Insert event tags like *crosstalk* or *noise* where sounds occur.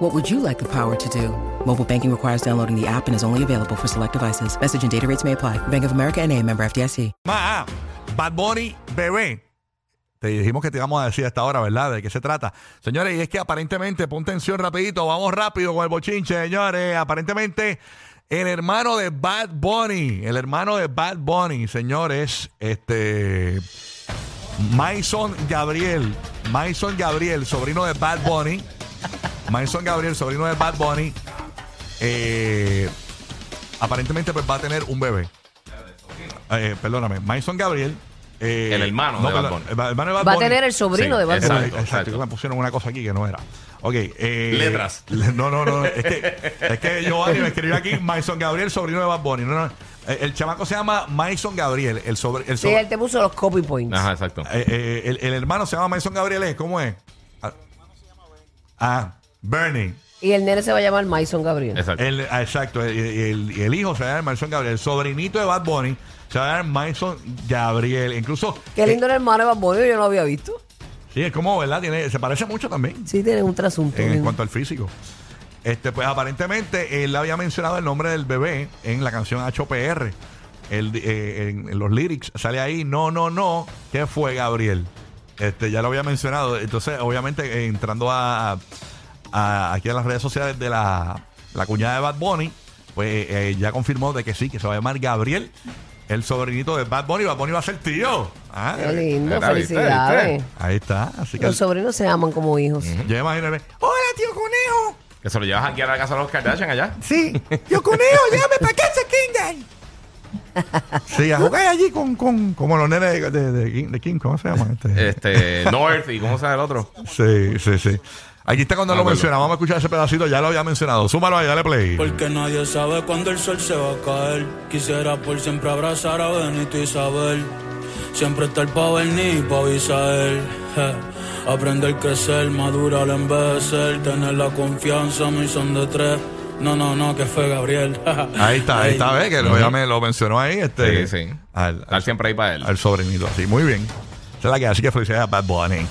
What would you like the power to do? Mobile banking requires downloading the app and is only available for select devices. Message and data rates may apply. Bank of America and a member FDIC. Ma, ah, Bad Bunny, bebé. Te dijimos que te íbamos a decir hasta ahora, ¿verdad? ¿De qué se trata? Señores, y es que aparentemente, pon tensión rapidito, vamos rápido con el bochinche, señores. Aparentemente, el hermano de Bad Bunny, el hermano de Bad Bunny, señores, este... Mason Gabriel, Mason Gabriel, sobrino de Bad Bunny. Mason Gabriel, sobrino de Bad Bunny. eh, aparentemente, pues va a tener un bebé. Eh, perdóname, Mason Gabriel. eh, El hermano de Bad perdón, Bunny. el ba- hermano de Bad Va a Bunny. tener el sobrino Sí, de Bad Exacto, Bunny. Exacto, exacto. exacto. que me pusieron una cosa aquí que no era. Ok. eh, Letras. le- No, no, no. Es que, es que Giovanni me escribió aquí Mason Gabriel, sobrino de Bad Bunny. No, no. eh, El chamaco se llama Mason Gabriel. El, sobre, el, Sí, sobre- él te puso los copy points. Ajá, exacto. eh, eh, el, el hermano se llama Mason Gabriel. ¿eh? ¿Cómo es? Ah, Ah, Bernie. Y el nene se va a llamar Mason Gabriel. Exacto. El, ah, exacto. El, el- el hijo se va a llamar Mason Gabriel. El sobrinito de Bad Bunny se va a llamar Mason Gabriel. Incluso. Qué lindo el hermano de Bad Bunny, yo no lo había visto. eh, sí, es como, ¿verdad? Tiene, se parece mucho también. Sí, tiene un trasunto. en, lindo. cuanto al físico. Este, pues aparentemente él había mencionado el nombre del bebé en la canción HPR. El, eh, en, en los lyrics sale ahí, no, no, no, ¿qué fue Gabriel? Este, ya lo había mencionado. Entonces, obviamente, eh, entrando a, a- aquí a las redes sociales de la, la cuñada de Bad Bunny, pues eh, ya confirmó de que sí, que se va a llamar Gabriel, el sobrinito de Bad Bunny. Bad Bunny va a ser tío. Ah, Qué lindo, Era, ¿viste? felicidades. ahí está. Así que Los sobrinos se aman como hijos. yo imagino, hola tío conejo. Que se lo llevas aquí a la casa de los Kardashian allá. Sí. Yo conejo, llévame para casa, Kingan. Sí, a jugar allí con, con como los nenes de, de, de King, de King, ¿cómo se llama? Este? *laughs* Este, North y cómo se llama el otro. Sí, sí, sí. Aquí está cuando Ah, lo bueno. menciona. Vamos a escuchar ese pedacito, ya lo había mencionado. Súmalo ahí, dale play. Porque nadie sabe cuándo el sol se va a caer. Quisiera por siempre abrazar a Benito y Isabel. Siempre estar pa' venir y pa' avisar. eh. Aprender, crecer, madurar, envejecer. Tener la confianza, mi son de tres. No, no, no, que fue Gabriel. *laughs* Ahí está, ahí está, Ey. ve que lo, ya me lo mencionó ahí. Este, Sí, sí. Al, Estar al, siempre ahí para él. al sobrinito, así, muy bien. Se la queda, así que felicidades a Bad Bunny.